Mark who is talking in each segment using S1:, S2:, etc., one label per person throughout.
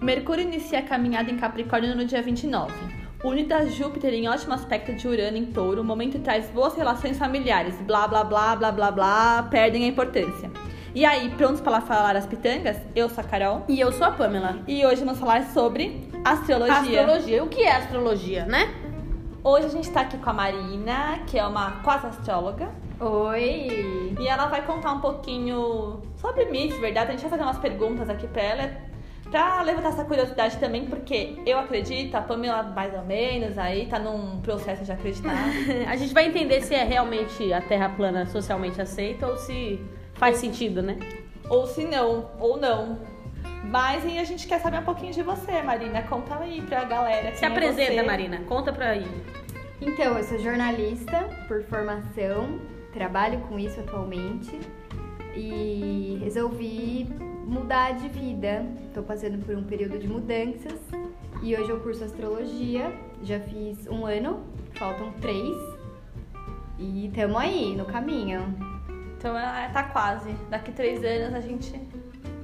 S1: Mercúrio inicia a caminhada em Capricórnio no dia 29. Unido a Júpiter em ótimo aspecto de Urano em touro, o momento traz boas relações familiares, blá blá blá blá blá blá, perdem a importância. E aí, prontos para falar as pitangas? Eu sou a Carol
S2: E eu sou a Pamela.
S1: e hoje vamos falar sobre astrologia.
S2: Astrologia. O que é astrologia, né?
S1: Hoje a gente tá aqui com a Marina, que é uma quase astróloga,
S3: Oi!
S1: e ela vai contar um pouquinho sobre mitos, de verdade. A gente vai fazer umas perguntas aqui pra ela. Pra levantar essa curiosidade também, porque eu acredito, a Pamela mais ou menos, aí tá num processo de acreditar.
S2: A gente vai entender se é realmente a Terra plana socialmente aceita ou se faz sentido, né?
S1: ou se não, ou não. Mas e a gente quer saber um pouquinho de você, Marina. Conta aí pra galera.
S2: Se
S1: quem é
S2: apresenta,
S1: você.
S2: Marina. Conta pra aí.
S3: Então, eu sou jornalista por formação, trabalho com isso atualmente e resolvi mudar de vida. Tô passando por um período de mudanças e hoje eu curso astrologia. Já fiz um ano, faltam três e tamo aí no caminho.
S1: Então ela tá quase. Daqui três anos a gente.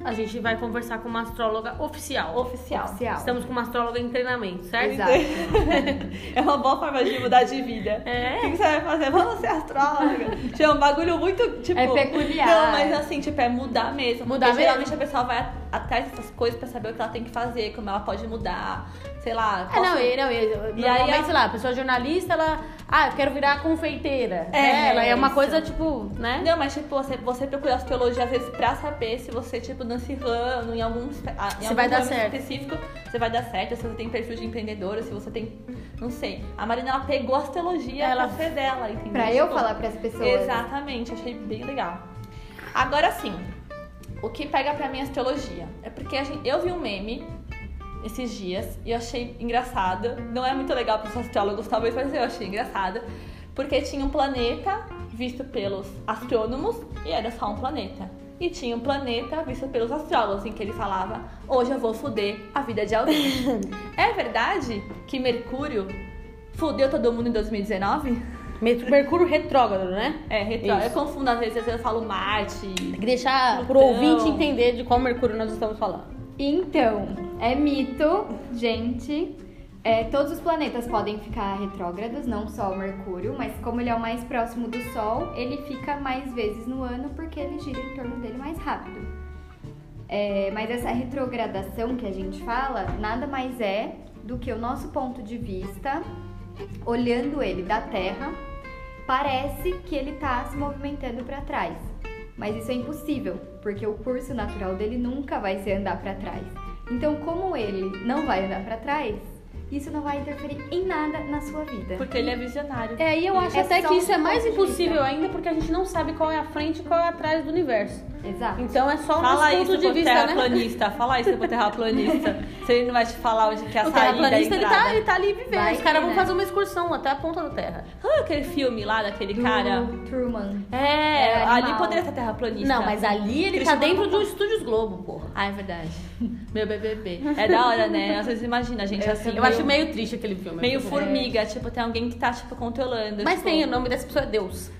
S2: A gente vai conversar com uma astróloga oficial.
S1: é
S2: Tá.
S1: Oficial.
S3: Oficial.
S2: Estamos com uma astróloga em treinamento, certo?
S3: Exato.
S1: É uma boa forma de mudar de vida.
S2: É.
S1: O que que você vai fazer? Vamos ser astróloga. Tipo, É um bagulho muito, tipo...
S3: É peculiar.
S1: Não, mas assim, tipo, é mudar mesmo.
S2: Mudar
S1: Porque
S2: mesmo.
S1: geralmente a pessoa vai atrás dessas coisas pra saber o que ela tem que fazer, como ela pode mudar, sei lá...
S2: É,
S1: qual-
S2: não, eu, não, eu,
S1: E
S2: normalmente,
S1: aí a-
S2: sei lá, a pessoa jornalista, ela, ah, eu quero virar confeiteira.
S1: É,
S2: né? ela é uma
S1: isso.
S2: coisa tipo, né?
S1: Não, mas tipo, você, você procura astrologia às vezes pra saber se você, tipo, nesse ramo, em algum, espe- ah, em
S2: Se
S1: algum
S2: vai dar
S1: ramo
S2: certo.
S1: específico, você vai dar certo, se você tem perfil de empreendedora, se você tem. Não sei. A Marina ela pegou a astrologia
S2: Ela-
S1: ela... pra ser dela, entendeu?
S3: Pra eu
S1: Tipo,
S3: falar pras pessoas.
S1: Exatamente, achei bem legal. Agora sim, o que pega pra mim a astrologia? É porque a gente- eu vi um meme esses dias e eu achei engraçado. Não é muito legal para os astrólogos, talvez, mas eu achei engraçado. Porque tinha um planeta visto pelos astrônomos e era só um planeta. E tinha um planeta visto pelos astrólogos, em que ele falava: Hoje eu vou fuder a vida de alguém. é verdade que Mercúrio fudeu todo mundo em 2019?
S2: Mer- Mercúrio retrógrado, né?
S1: É, retro.
S2: Isso.
S1: Eu confundo, às vezes, às vezes eu falo Marte.
S2: Tem que deixar pro
S1: Plutão.
S2: ouvinte entender de qual Mercúrio nós estamos falando.
S3: Então, é mito, gente. É, todos os planetas podem ficar retrógrados, não só o Mercúrio, mas como ele é o mais próximo do Sol, ele fica mais vezes no ano porque ele gira em torno dele mais rápido. É, mas essa retrogradação que a gente fala nada mais é do que o nosso ponto de vista, olhando ele da Terra, parece que ele está se movimentando para trás. Mas isso é impossível, porque o curso natural dele nunca vai ser andar para trás. Então, como ele não vai andar para trás, isso não vai interferir em nada na sua vida.
S1: Porque ele é visionário.
S2: É, e eu acho
S3: É
S2: até
S3: só
S2: que
S3: um
S2: isso é mais
S3: ponto de
S2: impossível
S3: vista.
S2: ainda porque a gente não sabe qual é a frente e qual é atrás do universo.
S3: Exato.
S2: Então é só o nosso
S1: Fala
S2: ponto
S1: isso
S2: de
S1: pro
S2: vista, né?
S1: terraplanista. Fala isso pro terraplanista. Se ele não vai te falar onde que é a
S2: O
S1: saída,
S2: terraplanista
S1: a
S2: ele
S1: entrada.
S2: tá, ele tá ali vivendo.
S3: Vai
S2: Os caras
S3: que,
S2: vão
S3: né?
S2: fazer uma excursão até a ponta da Terra.
S1: Sabe aquele filme lá daquele cara?
S3: Do Truman.
S1: É,
S3: É,
S1: ali
S3: animal.
S1: poderia ser terraplanista.
S2: Não, mas ali ele
S1: Eles
S2: tá
S1: chamam-
S2: dentro do Estúdios Globo, porra.
S1: Ah, é verdade. Meu BBB. É da hora, né? Às vezes imagina, a gente, assim...
S2: É, Eu acho meio triste aquele filme.
S1: Meio
S2: Porque- é
S1: formiga, tipo, tem alguém que tá, tipo, controlando.
S2: Mas
S1: tipo,
S2: tem, o nome dessa pessoa é Deus.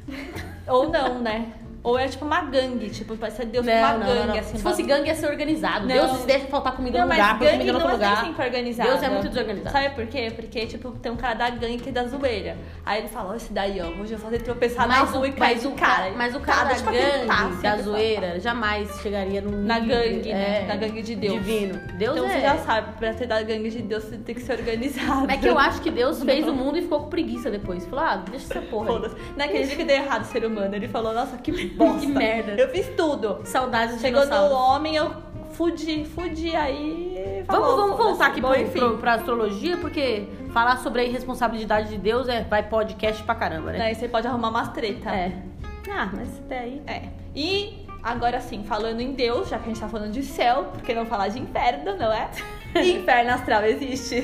S1: Ou não, né? Ou é, tipo, uma gangue. Tipo, parece ser Deus
S2: Não,
S1: com uma
S2: não, não,
S1: gangue,
S2: não.
S1: assim.
S2: Se fosse
S1: bagulho.
S2: gangue ia ser organizado.
S1: Não.
S2: Deus deixa faltar comida
S1: Não,
S2: no lugar,
S1: mas
S2: porque
S1: gangue
S2: comida
S1: não
S2: no
S1: é
S2: lugar.
S1: sempre organizado.
S2: Deus é muito desorganizado.
S1: Sabe por quê? Porque, tipo, tem um cara da gangue que é da zoeira. Aí ele fala, ó, esse daí, ó, hoje eu vou fazer tropeçar Tá na rua e cair do cara.
S2: Mas o cara
S1: Cada, tipo,
S2: da
S1: aquele
S2: gangue,
S1: taço,
S2: da
S1: né?
S2: zoeira, jamais chegaria num
S1: Na
S2: nível,
S1: gangue, né?
S2: é,
S1: Na gangue de Deus.
S2: Divino. Deus
S1: então
S2: é...
S1: você já sabe, pra ser da gangue de Deus, você tem que ser organizado.
S2: Mas é que eu acho que Deus fez o mundo e ficou com preguiça depois. Falou, ah, deixa essa porra aí.
S1: Foda-se. Naquele dia que deu errado o ser humano, ele falou, nossa, que bosta.
S2: Que merda.
S1: Eu fiz tudo.
S2: Saudades de
S1: Chegou no
S2: dinossauros.
S1: homem, eu fudi, fudi, aí...
S2: Vamos,
S1: falou,
S2: vamos
S1: foda-se.
S2: voltar aqui
S1: Bom,
S2: pro,
S1: enfim.
S2: pro, pra astrologia, porque falar sobre a irresponsabilidade de Deus é, vai podcast pra caramba, né?
S1: Daí você pode arrumar umas treta.
S2: É. Ah, mas até aí.
S1: É. E agora sim, falando em Deus, já que a gente tá falando de céu, por que não falar de inferno, não é? E inferno astral existe.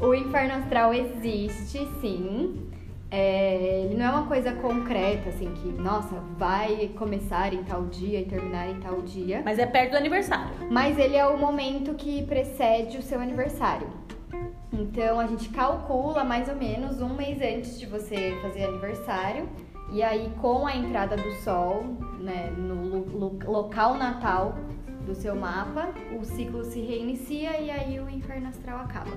S3: O inferno astral existe, sim. É, ele não é uma coisa concreta, assim, que, nossa, vai começar em tal dia e terminar em tal dia.
S2: Mas é perto do aniversário.
S3: Mas ele é o momento que precede o seu aniversário. Então a gente calcula mais ou menos um mês antes de você fazer aniversário. E aí, com a entrada do sol, né, no lo- lo- local natal do seu mapa, o ciclo se reinicia e aí o inferno astral acaba.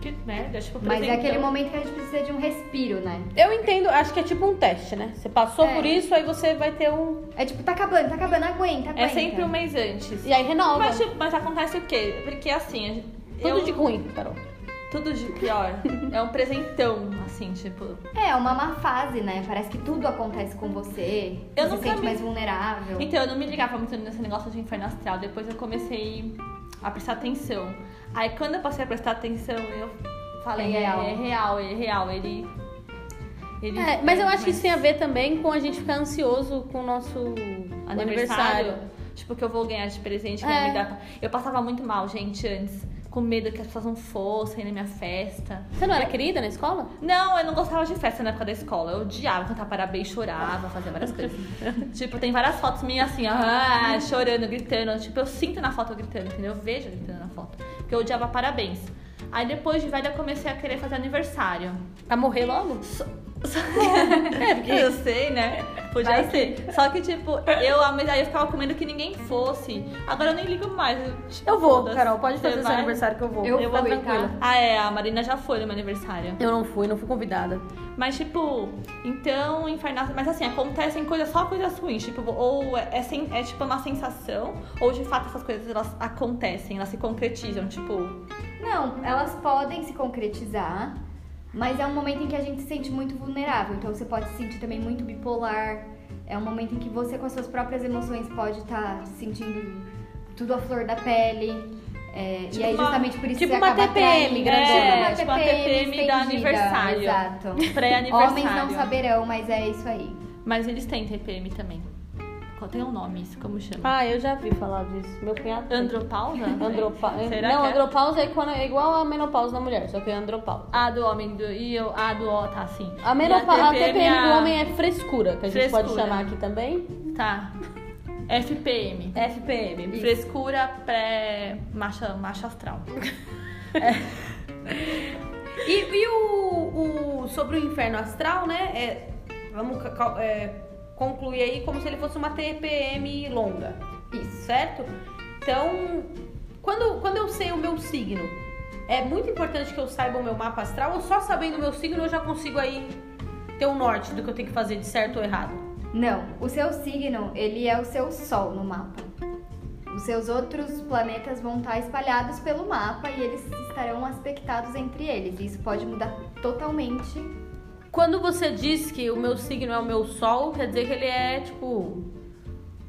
S1: Que merda, tipo,
S3: Mas é aquele
S1: apresentando.
S3: momento que a gente precisa de um respiro, né?
S2: Eu entendo, acho que é tipo um teste, né? Você passou
S3: É.
S2: por isso, aí você vai ter um.
S3: É tipo, tá acabando, tá acabando, aguenta, aguenta.
S1: É sempre um mês antes.
S2: E aí renova.
S1: Mas, tipo, mas acontece o quê? Porque assim, a gente-
S2: Tudo
S1: eu-
S2: de ruim, Carol.
S1: tudo de pior. é um presentão, assim, tipo.
S3: É, uma má fase, né? Parece que tudo acontece com você.
S1: Eu
S3: você
S1: nunca
S3: se sente
S1: me-
S3: mais vulnerável.
S1: Então, eu não me ligava muito nesse negócio de inferno astral. Depois eu comecei a prestar atenção. Aí quando eu passei a prestar atenção, eu falei, é
S3: É real.
S1: real, é, real, é real. Ele. ele
S2: É, mas eu acho
S1: mas-
S2: que isso tem a ver também com a gente ficar ansioso com o nosso
S1: aniversário.
S2: aniversário.
S1: Tipo, que eu vou ganhar de presente, que
S2: É.
S1: vai me dar. Eu passava muito mal, gente, antes. Com medo que as pessoas não fossem na minha festa.
S2: Você não era querida na escola?
S1: Não, eu não gostava de festa na época da escola. Eu odiava cantar parabéns, chorava, fazia várias coisas. tipo, tem várias fotos minhas assim, ah, chorando, gritando. Tipo, eu sinto na foto eu gritando, entendeu? Eu vejo eu gritando na foto. Porque eu odiava parabéns. Aí depois de velha eu comecei a querer fazer aniversário.
S2: Pra morrer logo?
S1: É, porque eu sei, né? Podia
S3: Vai
S1: ser. Só que, tipo, eu, a- mas aí eu ficava com medo que ninguém fosse. Agora eu nem ligo mais. tipo,
S2: Eu vou,
S1: foda-se.
S2: Carol, pode
S1: Você
S2: fazer seu
S1: vai?
S2: aniversário que eu vou.
S3: Eu
S2: vou
S3: fui,
S2: tranquila.
S3: tá?
S1: Ah, é, a Marina já foi no meu aniversário.
S2: Eu não fui, não fui convidada.
S1: Mas, tipo, então, infernal. Mas assim, acontecem coisas, só coisas ruins. Tipo, ou é, é sen- é, tipo uma sensação, ou de fato essas coisas elas acontecem, elas se concretizam. Tipo,
S3: Não, elas podem se concretizar, mas é um momento em que a gente se sente muito vulnerável. Então você pode se sentir também muito bipolar. É um momento em que você, com as suas próprias emoções, pode estar se sentindo tudo à flor da pele. É, e
S1: Tipo
S3: aí,
S1: uma-
S3: justamente por isso
S2: tipo
S3: você
S2: uma
S3: acaba
S2: TPM
S3: atraindo-
S2: grandona.
S1: É, tipo uma TPM da
S3: estendida,
S1: aniversário.
S3: Exato. Homens
S1: pré-aniversário.
S3: não saberão, mas é isso aí.
S1: Mas eles têm TPM também. Qual tem um nome isso? Como chama?
S2: Ah, eu já vi falar disso. Meu cunhado. tem.
S1: Andropausa?
S2: Andropa...
S1: Será
S2: não,
S1: que é?
S2: andropausa é, quando- é igual a menopausa da mulher, só que é andropausa.
S1: A do homem do, e eu, a do ó, tá assim.
S2: A, menopausa, a TPM,
S1: é
S2: do
S1: a-
S2: homem é frescura, que a gente pode
S1: Frescura.
S2: chamar aqui também.
S1: Tá. FPM.
S2: É FPM.
S1: Frescura pré-macha macha astral.
S2: E, e o, o- sobre o inferno astral, né? é- vamos ca- cal- é, concluir aí como se ele fosse uma TPM longa,
S3: Isso.
S2: certo? Então, quando, quando eu sei o meu signo, é muito importante que eu saiba o meu mapa astral ou só sabendo o meu signo eu já consigo aí ter um norte do que eu tenho que fazer de certo ou errado?
S3: Não, o seu signo, ele é o seu sol no mapa. Os seus outros planetas vão estar espalhados pelo mapa e eles estarão aspectados entre eles. Isso pode mudar totalmente.
S2: Quando você diz que o meu signo é o meu sol, quer dizer que ele é tipo.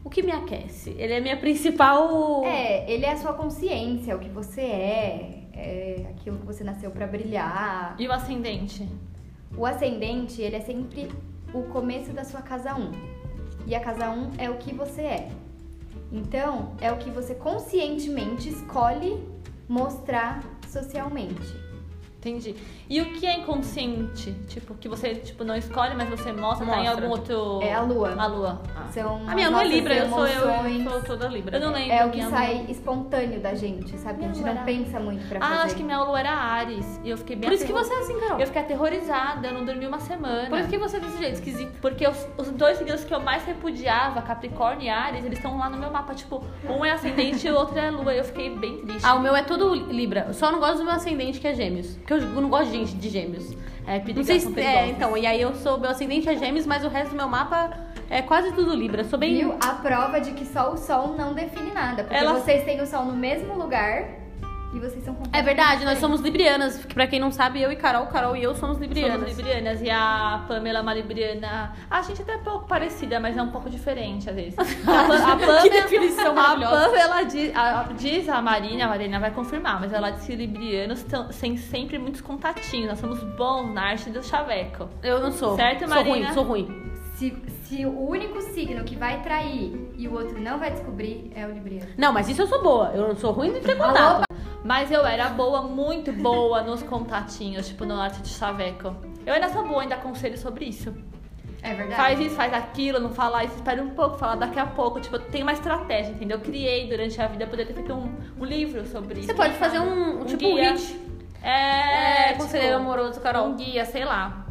S2: O que me aquece? Ele é minha principal.
S3: É, ele é a sua consciência, o que você é, é aquilo que você nasceu pra brilhar.
S1: E o ascendente?
S3: O ascendente, ele é sempre o começo da sua casa 1. E a casa 1 é o que você é. Então, é o que você conscientemente escolhe mostrar socialmente.
S1: Entendi. E o que é inconsciente? Tipo, que você tipo, não escolhe, mas você mostra, tá em
S2: Mostra.
S1: algum outro.
S3: É a lua.
S1: A lua. Ah.
S3: São
S2: A minha
S3: as
S2: lua é
S3: nossas
S2: Libra, eu sou eu, eu
S3: emoções.
S2: sou toda Libra.
S1: Eu não lembro.
S3: É o que
S1: minha
S3: sai
S1: lua.
S3: espontâneo da gente, sabe? Que a gente
S1: Minha
S3: não
S1: lua era-
S3: pensa muito pra fazer.
S1: Ah, acho que minha lua era Ares. E eu fiquei bem
S2: Por isso que
S1: aterro-
S2: você é assim, Carol.
S1: Eu fiquei aterrorizada, eu não dormi uma semana.
S2: Por isso que você é desse jeito, esquisito.
S1: Porque os, os dois signos que eu mais repudiava, Capricórnio e Ares, eles estão lá no meu mapa. Tipo, um é ascendente e o outro é lua. Eu fiquei bem triste.
S2: Ah, o meu é todo Libra. Eu só não gosto do meu ascendente, que é gêmeos. Porque eu não gosto de gente de gêmeos.
S1: É,
S2: Não sei
S1: são
S2: se. É,
S1: perigosas.
S2: então, e aí eu sou. Meu ascendente é gêmeos, mas o resto do meu mapa é quase tudo Libra. Eu sou bem.
S3: Viu? A prova de que só o sol não define nada. Porque
S1: Ela-
S3: vocês têm o sol no mesmo lugar e vocês são
S2: É
S3: completamente
S2: verdade, nós somos librianas. que Pra quem não sabe, eu e Carol, Carol e eu somos librianas.
S1: Somos librianas e a Pamela é uma libriana. A gente até é um pouco parecida, mas é um pouco diferente às vezes. A, Pam- a Pamela,
S2: Que definição maravilhosa.
S1: A Pamela diz a, a- diz a Marina, a Marina vai confirmar, mas ela diz que librianos tão- têm sempre muitos contatinhos. Nós somos bons na arte do chaveco.
S2: Eu não sou.
S1: Certo,
S2: sou
S1: Marina?
S2: ruim, sou ruim.
S3: Se, se o único signo que vai trair e o outro não vai descobrir é o Libriano.
S2: Não, mas isso eu sou boa. Eu não sou ruim de ter
S3: Alô,
S2: contato.
S1: Mas eu era boa, muito boa nos contatinhos, tipo, na arte do chaveco. Eu ainda sou boa, ainda aconselho sobre isso.
S3: É verdade.
S1: Faz isso, faz aquilo, não fala isso, espera um pouco, fala daqui a pouco. Tipo, tem uma estratégia, entendeu? Eu criei durante a vida, eu poderia ter feito um, um livro sobre isso.
S2: Você pode fazer um,
S1: Um
S2: tipo um
S1: guia.
S2: hit.
S1: É,
S2: conselheiro amoroso,
S1: Carol. Um guia, sei lá.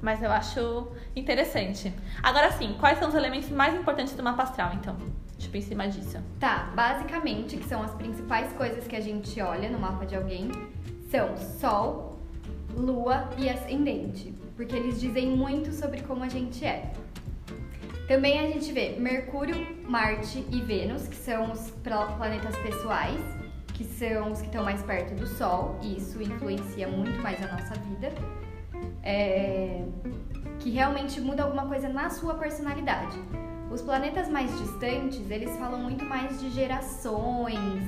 S1: Mas eu acho interessante. Agora sim, quais são os elementos mais importantes do mapa astral, então? Tipo, em cima disso.
S3: Tá, basicamente, que são as principais coisas que a gente olha no mapa de alguém, são Sol, Lua e Ascendente, porque eles dizem muito sobre como a gente é. Também a gente vê Mercúrio, Marte e Vênus, que são os pla- planetas pessoais, que são os que estão mais perto do Sol, e isso influencia muito mais a nossa vida. É, Que realmente muda alguma coisa na sua personalidade. Os planetas mais distantes, eles falam muito mais de gerações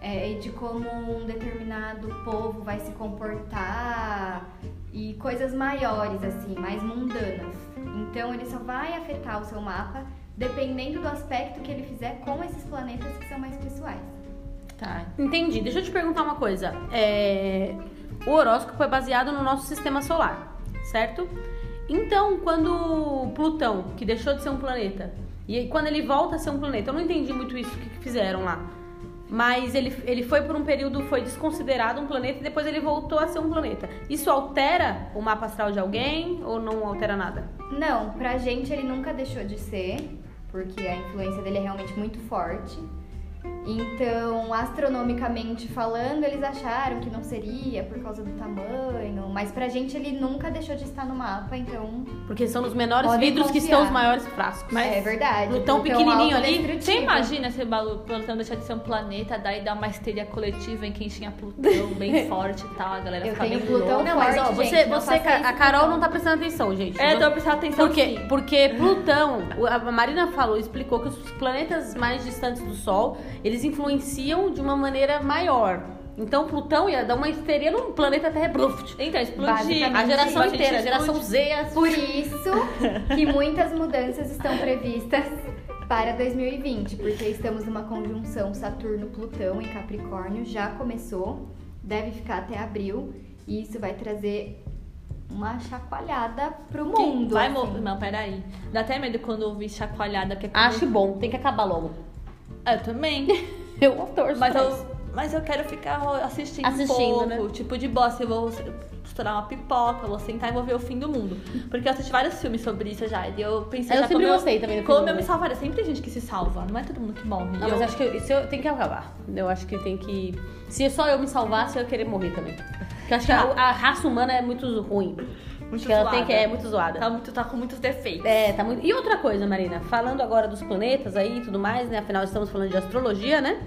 S3: é, e de como um determinado povo vai se comportar e coisas maiores, assim, mais mundanas. Então ele só vai afetar o seu mapa dependendo do aspecto que ele fizer com esses planetas que são mais pessoais.
S1: Tá.
S2: Entendi. Deixa eu te perguntar uma coisa. É, O horóscopo é baseado no nosso sistema solar, certo? Então, quando Plutão, que deixou de ser um planeta, e aí quando ele volta a ser um planeta, eu não entendi muito isso o que que fizeram lá. Mas ele, ele foi por um período, foi desconsiderado um planeta e depois ele voltou a ser um planeta. Isso altera o mapa astral de alguém ou não altera nada?
S3: Não, pra gente ele nunca deixou de ser, porque a influência dele é realmente muito forte. Então, astronomicamente falando, eles acharam que não seria por causa do tamanho, mas pra gente ele nunca deixou de estar no mapa, então
S2: Porque são nos menores
S3: Podem
S2: vidros que
S3: confiar.
S2: estão os maiores frascos.
S3: é verdade.
S2: Plutão pequenininho ali,
S3: autodestrutivo.
S1: Você imagina se o Balu- Plutão deixar de ser um planeta, daí dar uma histeria coletiva em quem tinha Plutão bem forte e tal, a galera
S3: Eu
S1: fica
S3: tenho
S1: meio
S3: Plutão
S1: louca.
S2: Não, mas ó,
S3: Forte,
S2: você,
S3: gente, não
S2: você
S3: faça isso,
S2: a Carol
S3: Plutão.
S2: não tá prestando atenção, gente.
S1: É,
S2: Não-
S1: tô prestando atenção
S2: Por quê?
S1: sim.
S2: Porque Plutão, o- a Marina falou, explicou que os planetas mais distantes do Sol, eles influenciam de uma maneira maior. Então Plutão ia dar uma histeria no planeta Terra bluft.
S1: Então, explodir.
S3: Basicamente,
S2: A geração
S1: gente
S2: inteira, a geração
S1: explode.
S2: Z, as-
S3: Por isso que muitas mudanças estão previstas para 2020, porque estamos numa conjunção Saturno-Plutão em Capricórnio, já começou, deve ficar até abril, e isso vai trazer uma chacoalhada pro
S1: Que
S3: mundo.
S1: Vai
S3: assim.
S1: mover. Não, peraí. Dá até medo quando eu ouvi chacoalhada. Porque quando-
S2: acho bom, tem que acabar logo.
S1: Eu também.
S2: Eu torço
S1: Mas
S2: pra
S1: eu,
S2: isso.
S1: mas eu quero ficar ro- assistindo,
S2: Assistindo,
S1: um pouco.
S2: né?
S1: Tipo, de bosta. Eu vou estourar uma pipoca, eu vou sentar e vou ver o fim do mundo. Porque eu assisti vários filmes sobre isso já. E eu pensei
S2: Eu
S1: já
S2: sempre
S1: como
S2: gostei também do fim
S1: Como
S2: do
S1: eu me
S2: mundo.
S1: salvaria. Sempre tem gente que se salva. Não é todo mundo que morre.
S2: Não,
S1: eu,
S2: mas acho que isso eu, tem que acabar. Eu acho que tem que. Se é só eu me salvasse, eu ia querer morrer também. Porque eu acho que a, a raça humana é muito ruim.
S1: Muito
S2: acho que ela tem
S1: zoada.
S2: que. É muito zoada.
S1: tá, muito, tá com muitos defeitos.
S2: É, tá muito. E outra coisa, Marina, falando agora dos planetas aí e tudo mais, né? Afinal, estamos falando de astrologia, né?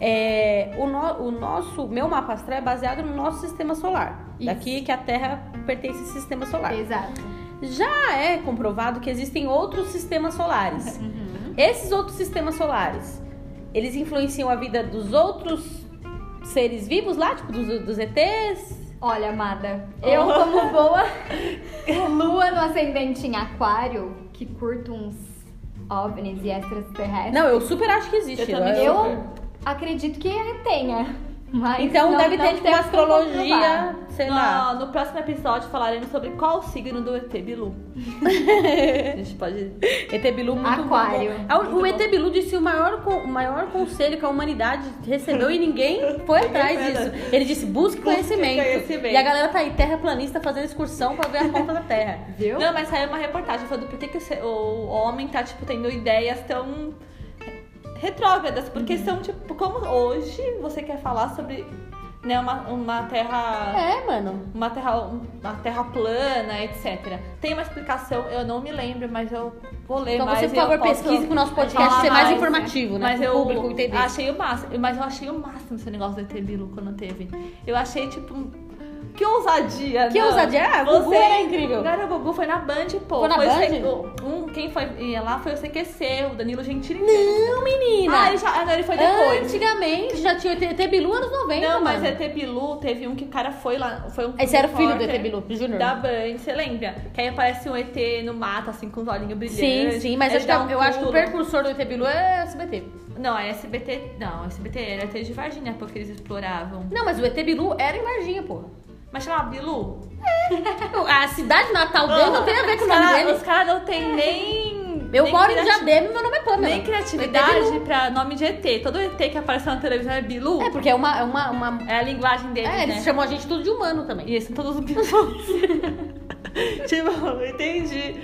S2: É, o, no- o nosso, meu mapa astral é baseado no nosso sistema solar.
S3: Isso.
S2: Daqui que a Terra pertence ao sistema solar.
S3: Exato.
S2: Já é comprovado que existem outros sistemas solares.
S3: Uhum.
S2: Esses outros sistemas solares, eles influenciam a vida dos outros seres vivos lá, tipo dos, dos ETs?
S3: Olha, amada,
S1: Oh.
S3: eu como boa lua no ascendente em aquário, que curto uns ovnis e extraterrestres,
S2: Não, eu super acho que existe.
S1: Eu também
S3: É. eu acredito que tenha, mas
S2: Então
S3: não-
S2: deve
S3: não
S2: ter tipo
S3: temos como comprovar.
S2: astrologia, sei lá.
S1: No, Ah, no próximo episódio falaremos sobre qual o signo do ET Bilu. a gente pode.
S2: ET Bilu muito
S3: Aquário.
S2: bom. Ah, o-
S1: Muito
S2: o ET Bilu disse o maior, con- o maior conselho que a humanidade recebeu e ninguém foi atrás
S1: foi
S2: disso. Ele disse busque conhecimento.
S1: conhecimento.
S2: E a galera tá aí terraplanista fazendo excursão pra ver a conta da Terra.
S3: Viu?
S1: Não, mas saiu uma reportagem falando por que, que o se- o homem tá, tipo, tendo ideias tão retrógradas. Porque
S2: Uhum.
S1: são, tipo, como hoje você quer falar sobre né, uma, uma terra.
S2: É, mano.
S1: Uma terra, uma terra plana, etc. Tem uma explicação, eu não me lembro, mas eu vou ler
S2: Então
S1: mais.
S2: você, por
S1: eu
S2: favor,
S1: posso-
S2: pesquise pro nosso
S1: falar
S2: podcast ser mais,
S1: mais,
S2: informativo, né?
S1: Mas
S2: Pro
S1: eu
S2: público entender.
S1: achei o máximo. Mas eu achei o máximo esse negócio do ET Bilu quando teve. Eu achei, tipo, um- que ousadia,
S2: Que
S1: não.
S2: ousadia! Ah, o Gugu era incrível.
S1: Cara, o Gugu foi na Band, pô.
S2: Foi na
S1: o
S2: Band?
S1: C- o- um, quem foi ia lá foi o CQC, o Danilo Gentili.
S2: Não, menina!
S1: Ah, ele, já, ah, não, ele foi depois.
S2: Antigamente já tinha o ET Bilu anos 90,
S1: não, mas
S2: Ah, então, mano.
S1: ET Bilu, teve um que o cara foi lá. Foi um
S2: Esse era o filho do
S1: repórter
S2: ET Bilu, Júnior.
S1: Da Band, você lembra? Que aí aparece um ET no mato, assim, com os olhinhos
S2: Sim,
S1: brilhantes.
S2: sim, mas
S1: Ele
S2: acho que,
S1: dá
S2: eu
S1: um
S2: acho que o
S1: pulo.
S2: precursor do ET Bilu é SBT.
S1: Não, é SBT. Não, SBT era ET de Varginha, porque eles exploravam.
S2: Não, mas o ET Bilu era em Varginha, porra.
S1: Mas chamava Bilu?
S2: A cidade natal dele não tem a ver com o
S1: Os
S2: nome
S1: cara-
S2: dele. É.
S1: Os caras não tem nem.
S2: Eu
S1: nem
S2: moro em
S1: criati-
S2: Diadema e meu nome é Pamela.
S1: Nem
S2: ET
S1: criatividade
S2: Bilu.
S1: pra nome de ET. Todo ET que apareceu na televisão é Bilu.
S2: É, porque é uma... É, uma, uma-
S1: É a linguagem deles,
S2: é, eles
S1: né?
S2: chamam a gente tudo de humano também.
S1: E eles são todos Bilus. tipo, entendi.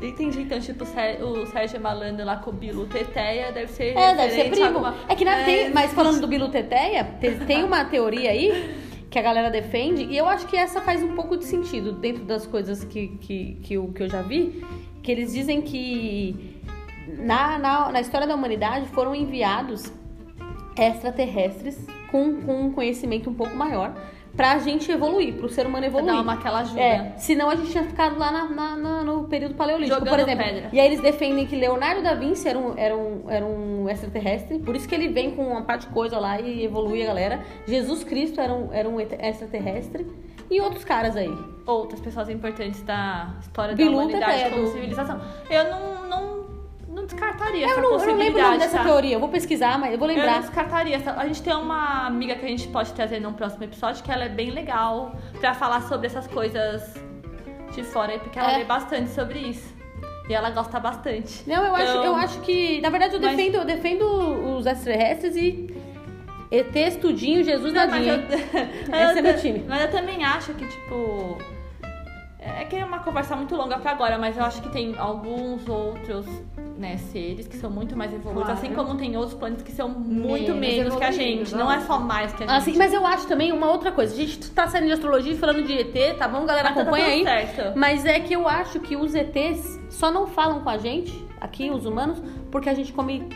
S1: Entendi, então, tipo, o Sér- o Sérgio Malandro lá com o Bilu Teteia deve ser.
S2: É, deve ser
S1: referente a
S2: primo.
S1: alguma-
S2: É que na,
S1: É,
S2: tem, mas falando do Bilu Teteia, te- tem uma teoria aí que a galera defende, e eu acho que essa faz um pouco de sentido dentro das coisas que, que, que, eu, que eu já vi, que eles dizem que na, na, na história da humanidade foram enviados extraterrestres com, com um conhecimento um pouco maior pra gente evoluir, pro ser humano
S1: Vou
S2: evoluir.
S1: dar uma aquela ajuda.
S2: É, senão a gente tinha ficado lá na- na- na- no período paleolítico,
S1: Jogando
S2: por exemplo.
S1: pedra.
S2: E aí eles defendem que Leonardo da Vinci era um, era, um, era um extraterrestre, por isso que ele vem com uma parte de coisa lá e evolui a galera. Jesus Cristo era um, era um et- extraterrestre e outros caras aí.
S1: Outras pessoas importantes da história
S2: Bilu
S1: da humanidade
S2: Teteia,
S1: como
S2: do-
S1: civilização. Eu não, não, não descartaria
S2: Eu
S1: essa
S2: não, eu não
S1: possibilidade.
S2: lembro o nome dessa
S1: tá?
S2: teoria, eu vou pesquisar, mas eu vou
S1: Eu não
S2: lembrar.
S1: descartaria. essa- A gente tem uma amiga que a gente pode trazer num próximo episódio que ela é bem legal pra falar sobre essas coisas de fora, aí, porque ela
S2: É.
S1: lê bastante sobre isso. E ela gosta bastante.
S2: Não, eu acho,
S1: Então-
S2: eu acho que. Na verdade, eu
S1: Mas-
S2: defendo, eu defendo os extraterrestres e. ET, Tudinho, Jesus,
S1: Não, mas
S2: Nadinha.
S1: eu-
S2: Esse é
S1: eu
S2: meu
S1: ta-
S2: time.
S1: Mas eu também acho que, tipo. É que é uma conversa muito longa pra agora, mas eu acho que tem alguns outros né, seres que são muito mais evoluídos,
S3: Claro.
S1: assim como tem outros planetas que são muito
S3: Menos
S1: menos que a
S3: evoluídos,
S1: gente. Não é
S3: óbvio.
S1: só mais que a gente.
S2: Assim, mas eu acho também uma outra coisa. A gente tá saindo de astrologia e falando de ET, tá bom, galera?
S1: Mas tá
S2: Acompanha
S1: tudo
S2: aí.
S1: certo.
S2: Mas é que eu acho que os ETs só não falam com a gente, aqui, os humanos, porque a gente come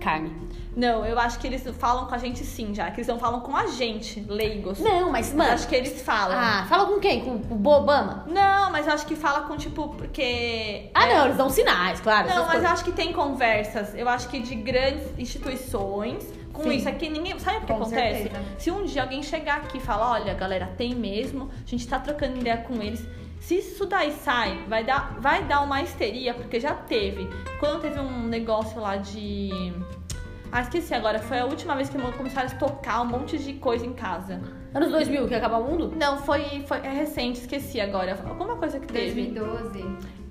S2: carne.
S1: Não, eu acho que eles falam com a gente sim, já. Que eles não falam com a gente, leigos.
S2: Não, mas,
S1: Eu
S2: mano.
S1: acho que eles falam.
S2: Ah, fala com quem? Com o Obama?
S1: Não, mas eu acho que fala com, tipo, porque.
S2: Ah, não, eles dão sinais, claro. essas
S1: Não, mas eu
S2: coisas.
S1: acho que tem conversas. Eu acho que de grandes instituições com
S2: Sim.
S1: isso aqui ninguém sabe o que
S3: Com
S1: acontece.
S3: certeza.
S1: Se um dia alguém chegar aqui e falar, olha, galera, tem mesmo. A gente tá trocando ideia com eles. Se isso daí sai, vai dar, vai dar uma histeria porque já teve. Quando teve um negócio lá de ah, esqueci agora. Foi a última vez que começaram a estocar um monte de coisa em casa.
S2: Anos 2000, que ia acabar o mundo?
S1: Não, foi, foi é recente, esqueci agora. Alguma coisa que teve.
S3: 2012.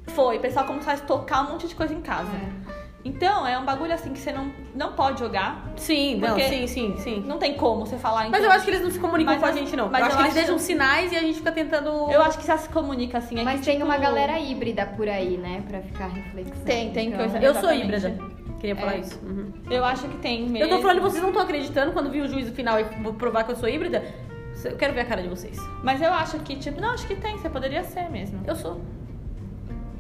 S1: Foi, o pessoal começou a estocar um monte de coisa em casa.
S3: É.
S1: Então, é um bagulho assim que você não, não pode jogar.
S2: Sim, não,
S1: Porque-
S2: sim, sim, sim.
S1: Não tem como você falar. Então,
S2: Mas eu acho que eles não se comunicam
S1: Mas
S2: com a
S1: eu-
S2: gente, não.
S1: mas
S2: eu acho
S1: eu
S2: que eles
S1: acho-
S2: deixam sinais e a gente fica tentando.
S1: eu acho que já se comunica assim. é
S3: Mas
S1: que,
S3: tem
S1: tipo,
S3: uma galera híbrida por aí, né? Pra ficar reflexando.
S1: Tem, tem
S3: Então,
S1: coisa-
S2: Eu sou
S1: Exatamente.
S2: híbrida. Queria falar
S3: É.
S2: isso. Uhum.
S1: Eu acho que tem mesmo.
S2: Eu tô falando, vocês não estão acreditando quando vi o juízo final e vou provar que eu sou híbrida? Eu quero ver a cara de vocês.
S1: Mas eu acho que, tipo, não, acho que tem, você poderia ser mesmo.
S2: Eu sou.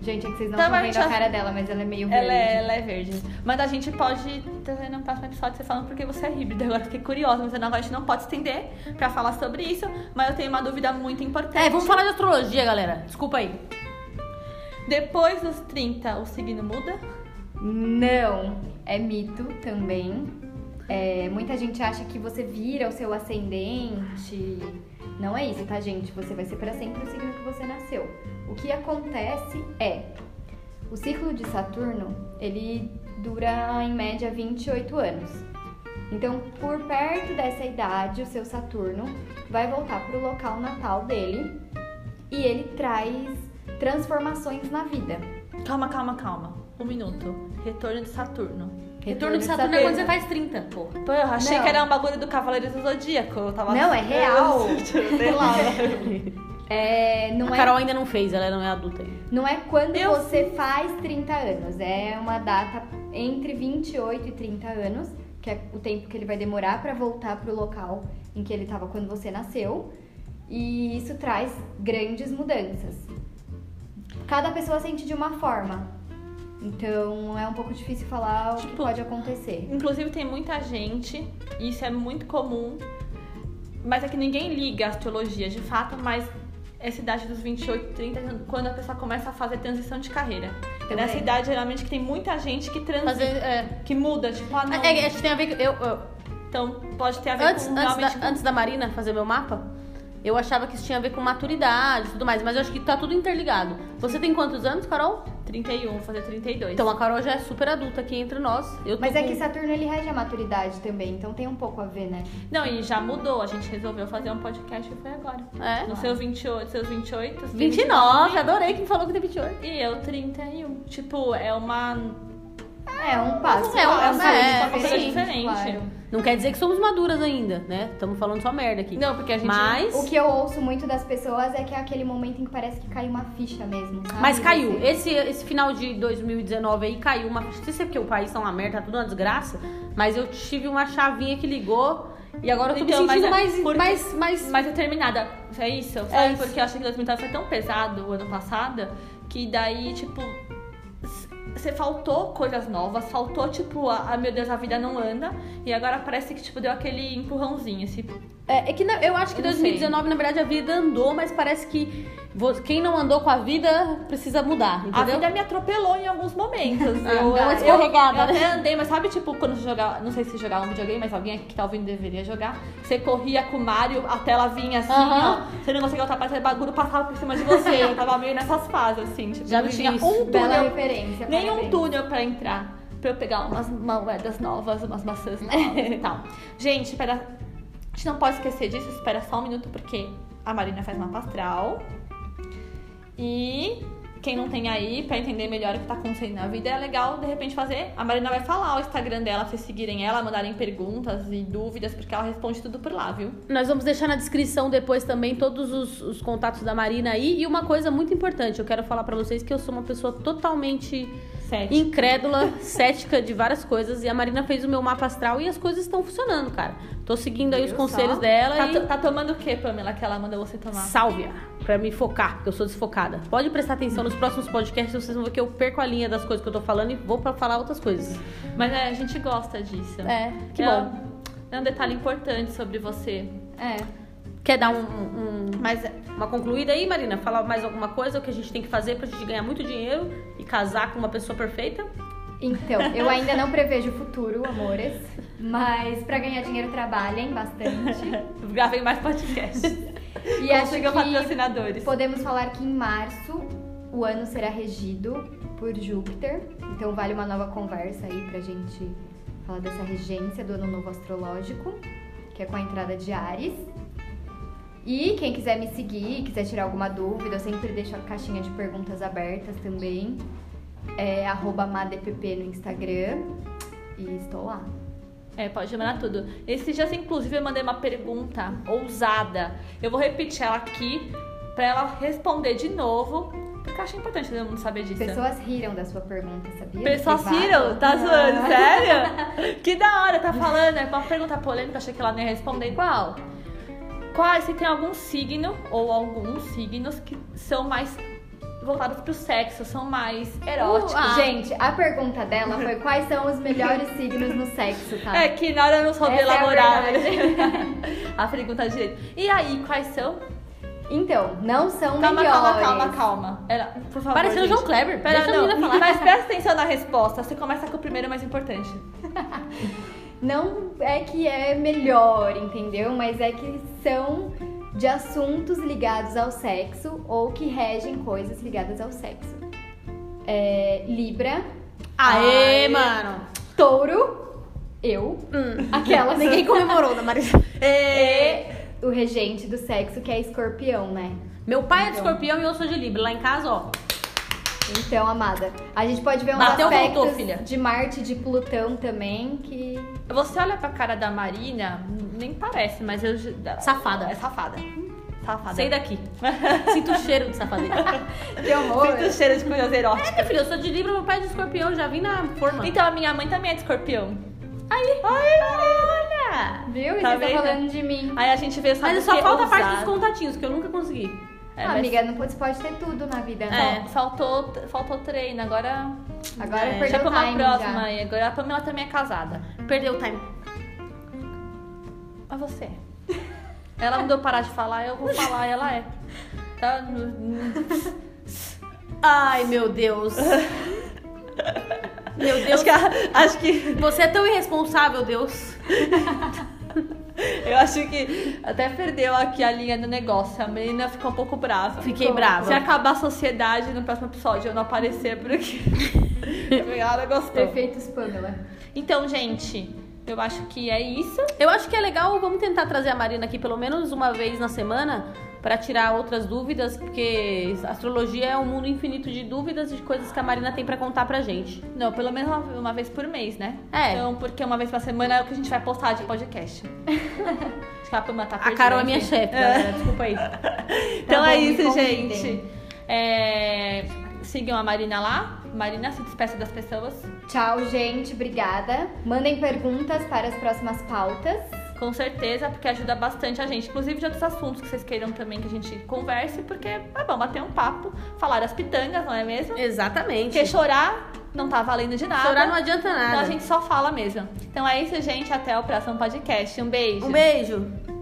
S3: Gente, é que vocês não
S1: Tá,
S3: estão
S1: mas
S3: vendo
S1: já-
S3: a cara dela, mas ela é meio verde.
S1: Ela é, ela é verde. Mas a gente pode trazer num próximo episódio você falando porque você é híbrida. Agora eu fiquei curiosa, mas agora a gente não pode estender pra falar sobre isso. Mas eu tenho uma dúvida muito importante.
S2: É, vamos falar de astrologia, galera. Desculpa aí.
S1: Depois dos 30, o signo muda?
S3: Não, é mito também. É, muita gente acha que você vira o seu ascendente. Não é isso, tá, gente? Você vai ser para sempre o signo que você nasceu. O que acontece é, o ciclo de Saturno, ele dura em média 28 anos. Então, por perto dessa idade, o seu Saturno vai voltar para o local natal dele e ele traz transformações na vida.
S1: Calma, calma, calma. Um minuto. Retorno de Saturno.
S2: Retorno de Saturno é quando você faz 30, pô.
S1: Pô, eu achei
S3: Não.
S1: que era um bagulho do Cavaleiro do Zodíaco. Eu tava
S3: Não, é real.
S1: Sei lá.
S3: É, não
S2: A
S3: é
S2: Carol ainda não fez, ela não é adulta ainda.
S3: Não é quando
S1: Eu
S3: você faz 30 anos, é uma data entre 28 e 30 anos, que é o tempo que ele vai demorar para voltar pro local em que ele estava quando você nasceu. E isso traz grandes mudanças. Cada pessoa sente de uma forma. Então é um pouco difícil falar o que
S1: Tipo,
S3: pode acontecer.
S1: Inclusive, tem muita gente, e isso é muito comum, mas é que ninguém liga à astrologia de fato, mas essa idade dos 28, 30, quando a pessoa começa a fazer transição de carreira. É nessa
S3: Também.
S1: idade, geralmente, que tem muita gente que transa,
S2: Fazer, é,
S1: que muda, tipo, ah, não.
S2: é, acho que tem a ver com. Eu, eu-
S1: Então, pode ter a ver
S2: antes,
S1: com
S2: antes,
S1: realmente...
S2: da, antes da Marina fazer meu mapa, eu achava que isso tinha a ver com maturidade e tudo mais, mas eu acho que tá tudo interligado. Você tem quantos anos, Carol?
S1: 31, vou um, fazer 32.
S2: Então a Carol já é super adulta aqui entre nós. Eu tô
S3: Mas é
S2: com- um-
S3: que Saturno ele rege a maturidade também, então tem um pouco a ver, né?
S1: Não, e já mudou, a gente resolveu fazer um podcast e foi agora.
S2: É?
S1: No seu 28, seus 28...
S2: 29, adorei que me falou que tem 28.
S1: E eu 31. Tipo, é uma
S3: É um passo.
S2: É um- é um-
S3: passo
S2: é,
S3: diferente,
S1: diferente.
S3: Claro.
S2: Não quer dizer que somos maduras ainda, né? Estamos falando só merda aqui.
S1: Não, porque a gente.
S2: Mas,
S3: O que eu ouço muito das pessoas é que é aquele momento em que parece que caiu uma ficha mesmo, sabe? Assim,
S2: mas caiu.
S3: Você-
S2: Esse, esse final de 2019 aí caiu uma. Não sei se é porque o país tá uma merda, tá tudo uma desgraça. Mas eu tive uma chavinha que ligou e agora eu tô
S1: Então,
S2: me
S1: mas
S2: sentindo
S1: é
S2: mais,
S1: porque-
S2: mais, mais.
S1: Mas determinada. É isso, sabe?
S2: isso.
S1: Porque eu achei que 2019 foi tão pesado o ano passado que daí, tipo. s- Você faltou coisas novas, faltou, tipo, a, a, meu Deus, a vida não anda. E agora parece que, tipo, deu aquele empurrãozinho, assim.
S2: É, é que na- eu acho que
S1: Eu não
S2: 2019, na verdade, a vida andou, mas parece que vo- quem não andou com a vida precisa mudar.
S1: A
S2: Entendeu?
S1: vida me atropelou em alguns momentos.
S2: Ah,
S1: eu,
S2: dá uma
S1: eu,
S2: escorregada, né?
S1: eu até andei, mas sabe, tipo, quando você jogava, não sei se jogar um videogame, mas alguém que tá ouvindo deveria jogar. Você corria com o Mario, a tela vinha assim,
S2: Aham.
S1: ó. Você não conseguia ultrapassar, o bagulho passava por cima de você. eu tava meio nessas fases, assim, tipo,
S2: Já
S1: não
S2: vivi
S1: tinha
S2: isso.
S1: um
S3: Bela
S1: túnel,
S3: referência.
S1: nenhum
S3: é
S2: um
S3: parabéns.
S1: túnel pra entrar. Pra eu pegar umas moedas novas, umas maçãs novas e tal. Gente, espera. A gente não pode esquecer disso, espera só um minuto, porque a Marina faz uma pastral. E quem não tem aí, pra entender melhor o que tá acontecendo na vida, é legal de repente fazer. A Marina vai falar o Instagram dela, vocês seguirem ela, mandarem perguntas e dúvidas, porque ela responde tudo por lá, viu?
S2: Nós vamos deixar na descrição depois também todos os, os contatos da Marina aí. E uma coisa muito importante, eu quero falar pra vocês que eu sou uma pessoa totalmente
S1: Sete.
S2: incrédula, cética de várias coisas. E a Marina fez o meu mapa astral e as coisas estão funcionando, cara. Tô seguindo aí os
S3: Viu
S2: conselhos
S3: só?
S2: dela
S1: Tá,
S2: e...
S1: to- tá tomando o que, Pamela, que ela mandou você tomar?
S2: Sálvia, pra me focar, porque eu sou desfocada. Pode prestar atenção nos próximos podcasts, vocês vão ver que eu perco a linha das coisas que eu tô falando e vou pra falar outras coisas.
S1: Mas é, a gente gosta disso.
S2: É, que
S1: é,
S2: bom.
S1: É um detalhe importante sobre você.
S3: É.
S2: Quer dar um- um- um-
S1: Mas
S2: uma concluída aí, Marina? Falar mais alguma coisa o que a gente tem que fazer pra gente ganhar muito dinheiro e casar com uma pessoa perfeita?
S3: Então, eu ainda não prevejo o futuro, amores. Mas pra ganhar dinheiro, trabalhem bastante.
S1: gravei mais podcast.
S3: E acho
S1: Consigam
S3: que
S1: patrocinadores.
S3: podemos falar que em março o ano será regido por Júpiter. Então vale uma nova conversa aí pra gente falar dessa regência do ano novo astrológico, que é com a entrada de Ares. E quem quiser me seguir, quiser tirar alguma dúvida, eu sempre deixo a caixinha de perguntas abertas também. É arroba madpp no Instagram. E estou lá.
S1: É, pode mandar tudo. Esses dias, inclusive, eu mandei uma pergunta ousada. Eu vou repetir ela aqui pra ela responder de novo. Porque eu acho importante todo mundo saber disso.
S3: Pessoas riram da sua pergunta, sabia?
S1: Pessoal
S3: Privado.
S1: Ciro, é. tá zoando,
S3: Ah.
S1: sério? Que da hora, tá falando. É uma pergunta polêmica, achei que ela nem ia responder. Qual? Qual, se tem algum signo ou alguns signos que são mais voltados pro sexo, são mais eróticos.
S3: Uh, ah.
S1: Gente,
S3: Gente, a pergunta dela foi quais são os melhores signos no sexo, tá?
S1: é que na hora eu não soube
S3: Essa é a
S1: elaborar.
S3: verdade.
S1: a pergunta é direito. E aí, quais são?
S3: Então, não são
S1: Calma,
S3: melhores.
S1: calma, calma, calma. Era, por favor.
S2: Parecendo o
S1: gente.
S2: João Kleber.
S1: Pera,
S2: Deixa a
S1: não.
S2: menina falar.
S1: Mas presta atenção na resposta. Você começa com o primeiro mais importante.
S3: Não é que é melhor, entendeu? Mas é que são de assuntos ligados ao sexo ou que regem coisas ligadas ao sexo. É, Libra,
S2: Aê,
S1: Aê.
S2: mano!
S3: Touro, eu,
S1: Hum.
S3: aquela
S2: Ninguém comemorou, da Marina.
S3: e
S1: É.
S3: o regente do sexo que é Escorpião, né?
S2: Meu pai é
S1: Então.
S2: de escorpião e eu sou de Libra. Lá em casa, ó.
S3: Então, amada, a gente pode ver uns
S2: Bateu,
S3: aspectos
S2: voltou, filha.
S3: de Marte e de Plutão também que
S1: Você olha pra cara da Marina, nem parece, mas eu.
S2: Safada.
S1: É safada. Safada.
S2: Sai daqui. Sinto o cheiro de safadeza.
S3: que horror.
S1: Sinto o cheiro de coisas eróticas.
S2: É, minha filha, eu sou de Libra, meu pai é de escorpião, já vim na forma.
S1: Então, a minha mãe também é de escorpião.
S2: Aí.
S1: Ai, Marina!
S3: Viu? E
S1: Tá
S3: você tá
S1: vendo?
S3: falando de mim.
S1: Aí a gente vê sabe
S2: Mas
S1: o
S2: só
S1: que?
S2: falta a parte
S1: Ousado.
S2: dos contatinhos, que eu nunca consegui.
S1: É,
S3: Ah,
S1: mas-
S3: amiga, não pode, você pode ter tudo na vida,
S1: É,
S3: né?
S1: faltou, faltou treino, agora.
S3: Agora
S1: é,
S3: perdeu
S1: já pra
S3: o
S1: uma
S3: time,
S1: próxima
S3: já.
S1: aí. Agora a Pamela também é casada.
S2: Perdeu o time.
S1: Mas você? Ela mandou parar de falar, eu vou falar, ela é. Tá? no- no-
S2: Ai, meu Deus. meu Deus.
S1: a- acho que.
S2: Você é tão irresponsável, Deus.
S1: Eu acho que até perdeu aqui a linha do negócio. A menina ficou um pouco brava.
S2: Fiquei
S3: Como?
S2: brava.
S1: Se acabar a sociedade no próximo episódio eu não aparecer por aqui. Ela gostou.
S3: Perfeitos Pamela.
S1: Então, gente, eu acho que é isso.
S2: Eu acho que é legal, vamos tentar trazer a Marina aqui pelo menos uma vez na semana. pra para tirar outras dúvidas, porque astrologia é um mundo infinito de dúvidas e de coisas que a Marina tem pra contar pra gente.
S1: Não, pelo menos uma, uma vez por mês, né?
S2: É.
S1: Então, porque uma vez por semana é o que a gente vai postar de podcast. Acho que a Pama tá
S2: A
S1: perdida,
S2: Carol é minha
S1: enfim.
S2: chefe, galera, desculpa aí.
S1: Então
S3: Tá
S1: é
S3: bom, me
S1: isso,
S3: convidem.
S1: gente. É, Sigam a Marina lá. Marina, se despeça das pessoas.
S3: Tchau, gente. Obrigada. Mandem perguntas para as próximas pautas.
S1: Com certeza, porque ajuda bastante a gente. Inclusive de outros assuntos que vocês queiram também que a gente converse, porque é bom bater um papo, falar as pitangas, não é mesmo?
S2: Exatamente.
S1: Porque chorar não tá valendo de nada.
S2: Chorar não adianta
S1: Então a
S2: nada.
S1: gente só fala mesmo. Então é isso, gente. Até o próximo podcast. Um beijo.
S2: Um beijo.